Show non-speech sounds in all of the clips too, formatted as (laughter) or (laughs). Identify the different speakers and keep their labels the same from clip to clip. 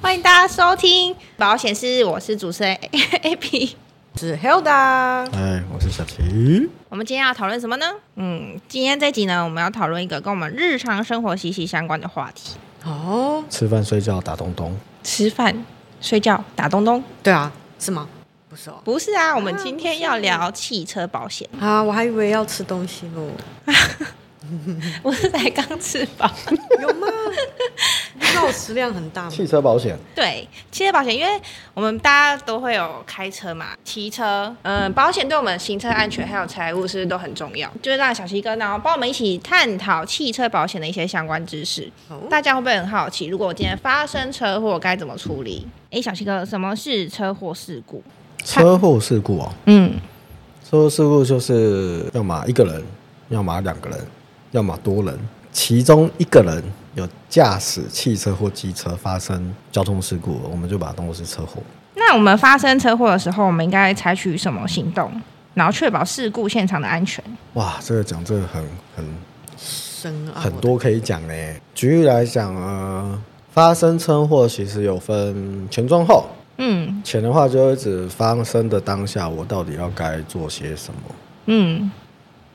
Speaker 1: 欢迎大家收听保险师，我是主持人 A (laughs) P。
Speaker 2: 是 Hilda，
Speaker 3: 哎，我是小齐。
Speaker 1: 我们今天要讨论什么呢？嗯，今天这集呢，我们要讨论一个跟我们日常生活息息相关的话题：
Speaker 2: 哦，
Speaker 3: 吃饭、睡觉、打东东，
Speaker 1: 吃饭、睡觉、打东东。
Speaker 2: 对啊，是吗？不是哦，
Speaker 1: 不是啊，我们今天要聊汽车保险。
Speaker 2: 啊，我还以为要吃东西喽，
Speaker 1: (laughs) 我是才刚吃饱。
Speaker 2: 有吗？你知道我食量很大吗？
Speaker 3: 汽车保险
Speaker 1: 对，汽车保险，因为我们大家都会有开车嘛，骑车，嗯，保险对我们行车安全还有财务是不是都很重要？就是让小齐哥呢帮我们一起探讨汽车保险的一些相关知识。
Speaker 2: 哦
Speaker 1: 大家会不会很好奇，如果我今天发生车祸该怎么处理？哎，小齐哥，什么是车祸事故？
Speaker 3: 车祸事故哦，
Speaker 1: 嗯，
Speaker 3: 车祸事故就是要么一个人，要么两个人，要么多人，其中一个人有驾驶汽车或机车发生交通事故，我们就把它当做是车祸。
Speaker 1: 那我们发生车祸的时候，我们应该采取什么行动，然后确保事故现场的安全？
Speaker 3: 哇，这个讲这个很很
Speaker 2: 深奥的
Speaker 3: 很多可以讲呢。举例来讲，呃，发生车祸其实有分前、中、后。
Speaker 1: 嗯
Speaker 3: 前的话就是指发生的当下，我到底要该做些什么。
Speaker 1: 嗯，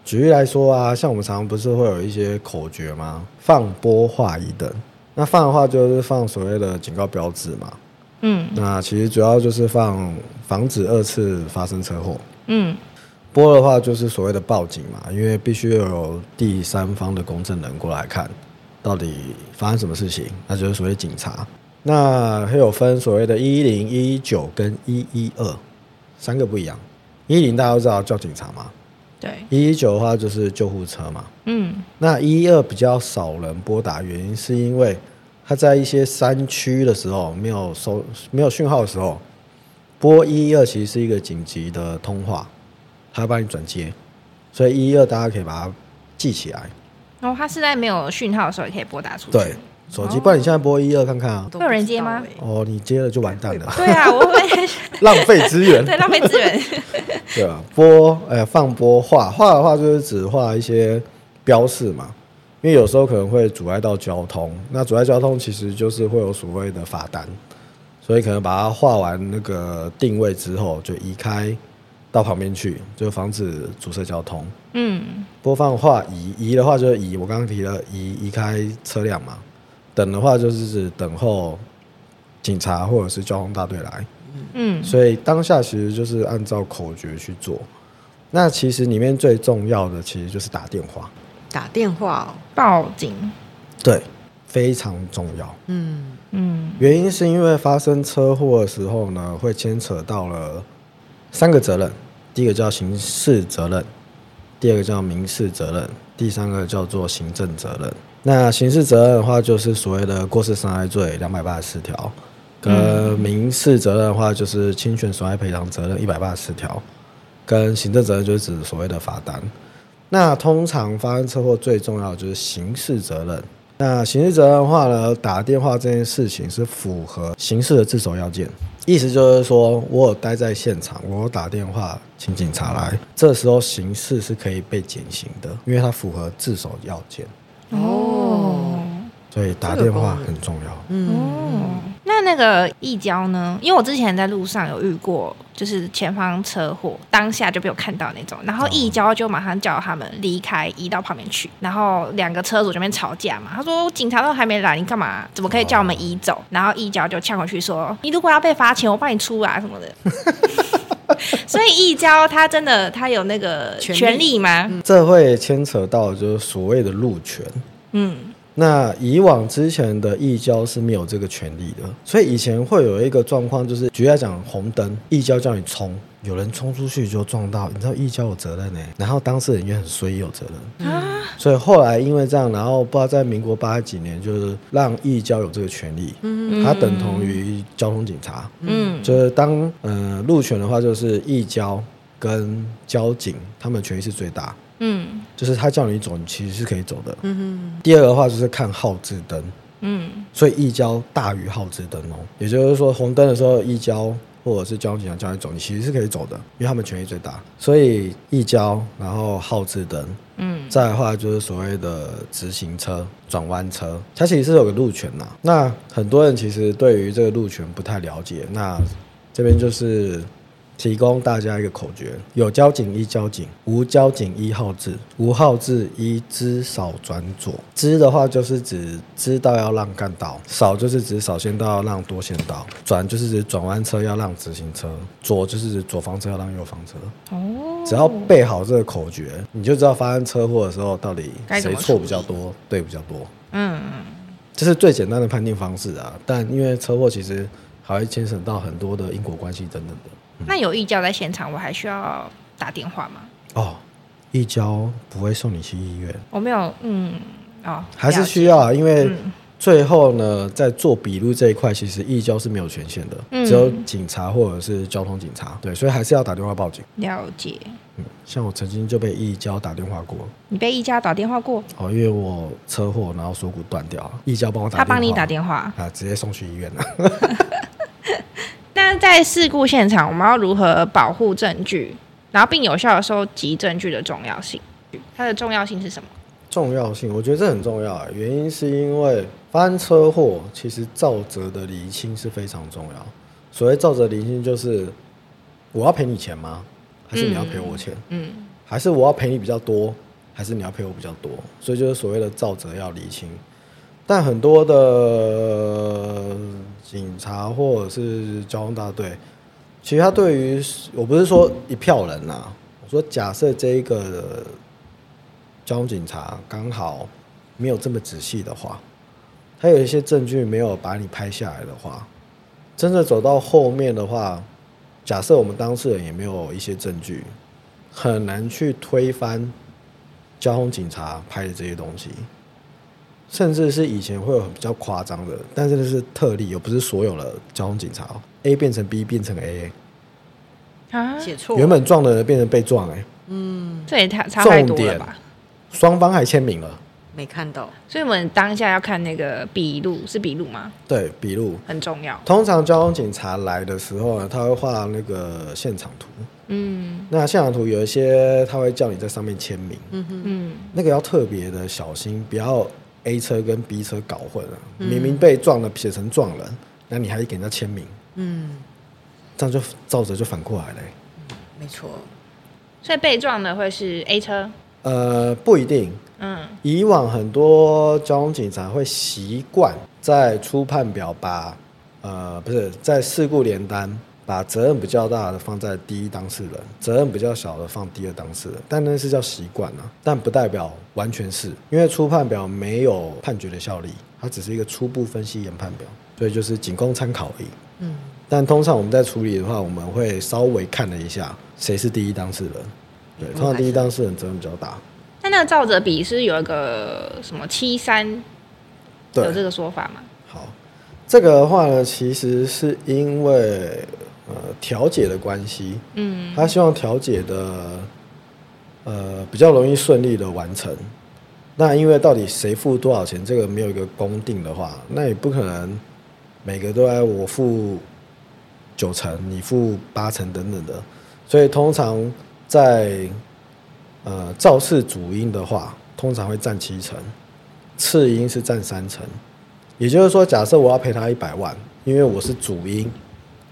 Speaker 3: 举例来说啊，像我们常常不是会有一些口诀吗？放波画一等。那放的话就是放所谓的警告标志嘛。
Speaker 1: 嗯
Speaker 3: 那其实主要就是放防止二次发生车祸。
Speaker 1: 嗯
Speaker 3: 波的话就是所谓的报警嘛，因为必须要有第三方的公证人过来看，到底发生什么事情，那就是所谓警察。那还有分所谓的一零、一九跟一一二三个不一样。一零大家都知道叫警察嘛，
Speaker 1: 对，
Speaker 3: 一一九的话就是救护车嘛。
Speaker 1: 嗯
Speaker 3: 那一二比较少人拨打，原因是因为它在一些山区的时候没有收没有讯号的时候，拨一二其实是一个紧急的通话，它会帮你转接，所以一二大家可以把它记起来。
Speaker 1: 然后他是在没有讯号的时候也可以拨打出去。
Speaker 3: 对，手机，不然你现在拨一二看看啊
Speaker 2: 我。都
Speaker 1: 会有人
Speaker 2: 不知
Speaker 1: 接
Speaker 2: 道
Speaker 1: 吗
Speaker 2: 欸
Speaker 3: 哦，你接了就完蛋了，
Speaker 1: (laughs) 对啊，我会
Speaker 3: 浪费资源。
Speaker 1: 对浪费资源。
Speaker 3: 对啊，播呃放播画画的话就是只画一些标示嘛，因为有时候可能会阻碍到交通。那阻碍交通其实就是会有所谓的罚单，所以可能把它画完那个定位之后就移开到旁边去，就防止阻塞交通。
Speaker 1: 嗯
Speaker 3: 播放画移移的话就是移，我刚刚提了移移开车辆嘛。等的话就是指等候警察或者是交通大队来。
Speaker 1: 嗯
Speaker 3: 所以当下其实就是按照口诀去做。那其实里面最重要的其实就是打电话，
Speaker 2: 打电话哦，
Speaker 1: 报警。
Speaker 3: 对，非常重要。
Speaker 2: 嗯，
Speaker 1: 嗯
Speaker 3: 原因是因为发生车祸的时候呢，会牵扯到了三个责任，第一个叫刑事责任，第二个叫民事责任，第三个叫做行政责任。那刑事责任的话，就是所谓的过失伤害罪两百八十四条，跟民事责任的话，就是侵权损害赔偿责任一百八十四条，跟行政责任就是指所谓的罚单。那通常发生车祸最重要的就是刑事责任。那刑事责任的话呢，打电话这件事情是符合刑事的自首要件，意思就是说我有待在现场，我有打电话请警察来，这时候刑事是可以被减刑的，因为它符合自首要件，
Speaker 2: 哦
Speaker 3: 所以打电话很重要。
Speaker 1: 哦，那那个义交呢？因为我之前在路上有遇过，就是前方车祸，当下就被我看到那种，然后义交就马上叫他们离开，移到旁边去，然后两个车主这边吵架嘛，他说警察都还没来，你干嘛？怎么可以叫我们移走？然后义交就呛回去说，你如果要被罚钱，我帮你出啊什么的。 (laughs) 所以义交他真的他有那个
Speaker 2: 权利
Speaker 1: 权利吗？
Speaker 3: 这会牵扯到就是所谓的路权。
Speaker 1: 嗯
Speaker 3: 那以往之前的义交是没有这个权利的，所以以前会有一个状况，就是举例来讲，红灯义交叫你冲，有人冲出去就撞到，你知道义交有责任呢、然后当事人也很衰有责任，
Speaker 1: 啊
Speaker 3: 所以后来因为这样，然后不知道在民国八十几年，就是让义交有这个权利，它等同于交通警察，
Speaker 1: 嗯
Speaker 3: 就是当呃路权的话，就是义交跟交警他们的权益是最大，
Speaker 1: 嗯
Speaker 3: 就是他叫你走，你其实是可以走的。
Speaker 2: 嗯
Speaker 3: 第二个的话就是看号志灯，
Speaker 1: 嗯
Speaker 3: 所以一交大于号志灯哦。也就是说，红灯的时候一交或者是交通警察叫你走，你其实是可以走的，因为他们权益最大。所以一交，然后号志灯，
Speaker 1: 嗯，
Speaker 3: 再来的话就是所谓的直行车、转弯车，它其实是有个路权呐。那很多人其实对于这个路权不太了解，那这边就是提供大家一个口诀：有交警一交警，无交警一号志，无号志一知少转左。知的话就是指知道要让干道，少就是指少先道要让多先道，转就是指转弯车要让直行车，左就是指左方车要让右方车。
Speaker 1: 哦，
Speaker 3: 只要背好这个口诀，你就知道发生车祸的时候到底
Speaker 1: 该怎
Speaker 3: 谁
Speaker 1: 么
Speaker 3: 错
Speaker 1: 处
Speaker 3: 比较
Speaker 1: 理
Speaker 3: 多，对比较多，
Speaker 1: 嗯嗯
Speaker 3: 这是最简单的判定方式啊。但因为车祸其实还会牵扯到很多的因果关系等等的。
Speaker 1: 那有义教在现场，我还需要打电话吗？
Speaker 3: 哦，一交不会送你去医院，
Speaker 1: 我没有，嗯，哦，
Speaker 3: 还是
Speaker 1: 了解
Speaker 3: 需要啊，因为
Speaker 1: 嗯
Speaker 3: 最后呢，在做笔录这一块，其实一交是没有权限的，
Speaker 1: 嗯
Speaker 3: 只有警察或者是交通警察。对，所以还是要打电话报警。
Speaker 1: 了解。
Speaker 3: 嗯，像我曾经就被一交打电话过，
Speaker 1: 你被一家打电话过？
Speaker 3: 哦，因为我车祸，然后锁骨断掉，一交帮我打电
Speaker 1: 他
Speaker 3: 话，
Speaker 1: 帮你打电话。
Speaker 3: 啊，直接送去医院了。 (laughs)
Speaker 1: 那在事故现场，我们要如何保护证据，然后并有效的收集证据的重要性？它的重要性是什么？
Speaker 3: 重要性，我觉得这很重要啊。原因是因为发生车祸，其实肇责的厘清是非常重要。所谓肇责厘清，就是我要赔你钱吗？还是你要赔我钱？
Speaker 1: 嗯，
Speaker 3: 还是我要赔你比较多？还是你要赔我比较多？所以就是所谓的肇责要厘清。但很多的呃警察或者是交通大队，其实他对于我不是说一票人呐、啊我说假设这一个呃交通警察刚好没有这么仔细的话，他有一些证据没有把你拍下来的话，真的走到后面的话，假设我们当事人也没有一些证据，很难去推翻交通警察拍的这些东西。甚至是以前会有很比较夸张的，但是那是特例，又不是所有的交通警察、哦。A 变成 B 变成 A，
Speaker 1: 啊，
Speaker 2: 哦写错，
Speaker 3: 原本撞的人变成被撞、哎，
Speaker 1: 这也太差太多
Speaker 3: 重
Speaker 1: 了
Speaker 3: 点
Speaker 1: 吧？
Speaker 3: 双方还签名了。
Speaker 2: 没看到，
Speaker 1: 所以我们当下要看那个笔录，是笔录吗？
Speaker 3: 对，笔录。
Speaker 1: 很重要。
Speaker 3: 通常交通警察来的时候呢，他会画那个现场图。
Speaker 1: 嗯
Speaker 3: 那现场图有一些他会叫你在上面签名，
Speaker 2: 嗯哼，
Speaker 1: 嗯，
Speaker 3: 那个要特别的小心，不要 A 车跟 B 车搞混了。
Speaker 2: 嗯
Speaker 3: 明明被撞了，写成撞人，那你还给人家签名，
Speaker 2: 嗯，
Speaker 3: 这样就照着就反过来了、哎
Speaker 2: 没错，
Speaker 1: 所以被撞的会是 A 车。
Speaker 3: 呃，不一定，
Speaker 1: 嗯
Speaker 3: 以往很多交通警察会习惯在初判表把呃不是在事故联单把责任比较大的放在第一当事人，责任比较小的放第二当事人，但那是叫习惯啊，但不代表完全是，因为初判表没有判决的效力，它只是一个初步分析研判表，所以就是仅供参考而已。
Speaker 2: 嗯，
Speaker 3: 但通常我们在处理的话，我们会稍微看了一下谁是第一当事人，对，通常第一当事人责任比较大，
Speaker 1: 那那个照着比是有一个什么七三
Speaker 3: 对
Speaker 1: 有。这个说法吗？
Speaker 3: 好，这个的话呢，其实是因为呃调解的关系，
Speaker 1: 嗯
Speaker 3: 他希望调解的呃比较容易顺利的完成。那因为到底谁付多少钱，这个没有一个公定的话，那也不可能每个都来我付九成，你付八成等等的。所以通常在呃肇事主因的话，通常会占七成，次因是占三成。也就是说，假设我要赔他一百万，因为我是主因，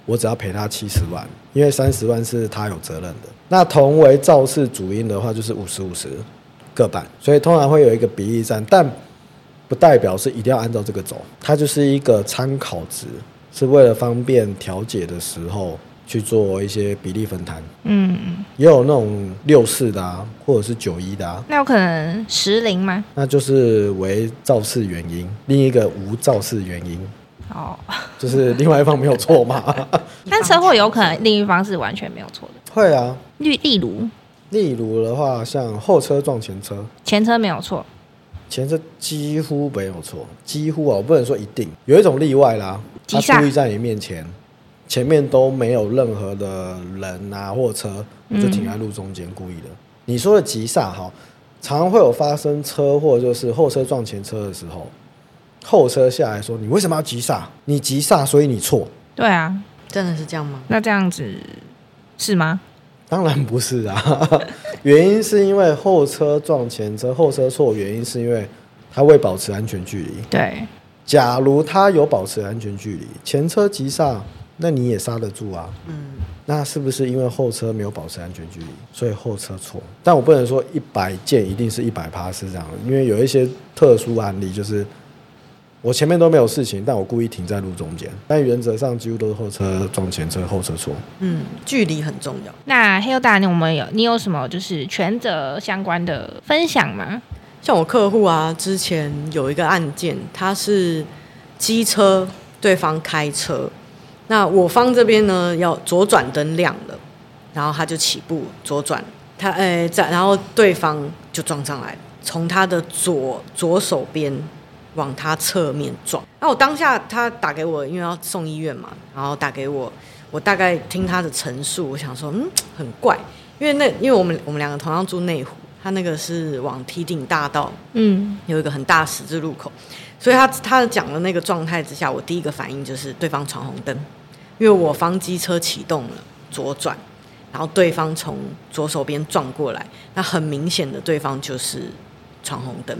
Speaker 3: 我只要赔他七十万，因为三十万是他有责任的。那同为肇事主因的话，就是五十五十各半，所以通常会有一个比例占，但不代表是一定要按照这个走，它就是一个参考值，是为了方便调解的时候去做一些比例分摊。
Speaker 1: 嗯，
Speaker 3: 也有那种六四的啊，或者是九一的啊，
Speaker 1: 那有可能十零吗？
Speaker 3: 那就是为肇事原因，另一个无肇事原因，
Speaker 1: 哦，
Speaker 3: 就是另外一方没有错嘛。 (laughs)
Speaker 1: 但车祸有可能另一方是完全没有错的。
Speaker 3: 会啊，
Speaker 1: 例例如
Speaker 3: 例如的话，像后车撞前车，
Speaker 1: 前车没有错，
Speaker 3: 前车几乎没有错，几乎啊，我不能说一定，有一种例外啦，
Speaker 1: 急
Speaker 3: 他
Speaker 1: 刹
Speaker 3: 故意在你面前，前面都没有任何的人啊或车，我就停在路中间，故意的。你说的急刹哈，常常会有发生车祸，就是后车撞前车的时候，后车下来说你为什么要急刹？你急刹，所以你错。
Speaker 1: 对啊，
Speaker 2: 真的是这样吗？
Speaker 1: 那这样子是吗？
Speaker 3: 当然不是啊， (laughs) 原因是因为后车撞前车，后车错，原因是因为它未保持安全距离。
Speaker 1: 对，
Speaker 3: 假如它有保持安全距离，前车急刹，那你也刹得住啊。
Speaker 2: 嗯，
Speaker 3: 那是不是因为后车没有保持安全距离，所以后车错？但我不能说一百件一定是一百趴是这样的，因为有一些特殊案例就是我前面都没有事情，但我故意停在路中间，但原则上几乎都是后车撞前车，后车错。
Speaker 2: 嗯，距离很重要。
Speaker 1: 那黑 i 大，你我们有你有什么就是权责相关的分享吗？
Speaker 2: 像我客户啊，之前有一个案件，他是机车，对方开车，那我方这边呢要左转灯亮了，然后他就起步左转，他呃在，然后对方就撞上来了，从他的左左手边往他侧面撞。那我当下他打给我，因为要送医院嘛，然后打给我，我大概听他的陈述，我想说嗯很怪，因为那因为我们我们两个同样住内湖。他那个是往梯顶大道
Speaker 1: 嗯，
Speaker 2: 有一个很大十字路口，所以他他讲的那个状态之下，我第一个反应就是对方闯红灯，因为我方机车启动了左转，然后对方从左手边撞过来，那很明显的对方就是闯红灯，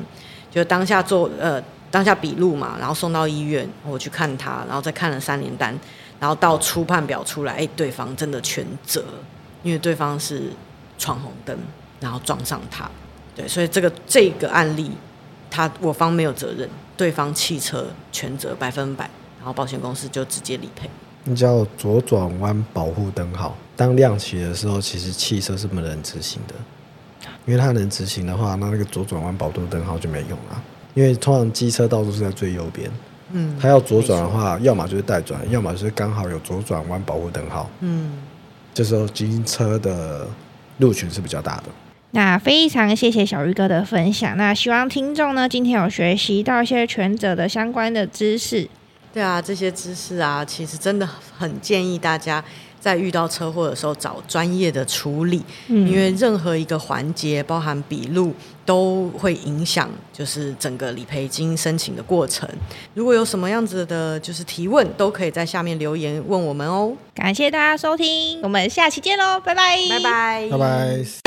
Speaker 2: 就当下做呃当下笔录嘛，然后送到医院，我去看他，然后再看了三联单，然后到初判表出来，哎，对方真的全责，因为对方是闯红灯，然后撞上他，对，所以这个这个案例，他我方没有责任，对方汽车全责百分百，然后保险公司就直接理赔。
Speaker 3: 那叫左转弯保护灯号。当亮起的时候，其实汽车是不能执行的，因为它能执行的话，那那个左转弯保护灯号就没用了。因为通常机车道都是在最右边，
Speaker 2: 嗯
Speaker 3: 它要左转啊的话，要么就是带转，要么就是刚好有左转弯保护灯号，
Speaker 2: 嗯，
Speaker 3: 这时候机车的路群是比较大的。
Speaker 1: 那非常谢谢小鱼哥的分享。那希望听众呢今天有学习到一些权责的相关的知识。
Speaker 2: 对啊，这些知识啊，其实真的很建议大家在遇到车祸的时候找专业的处理，
Speaker 1: 嗯
Speaker 2: 因为任何一个环节，包含笔录，都会影响就是整个理赔金申请的过程。如果有什么样子的，就是提问，都可以在下面留言问我们哦。
Speaker 1: 感谢大家收听，我们下期见喽，拜拜，
Speaker 2: 拜。拜，
Speaker 3: 拜拜。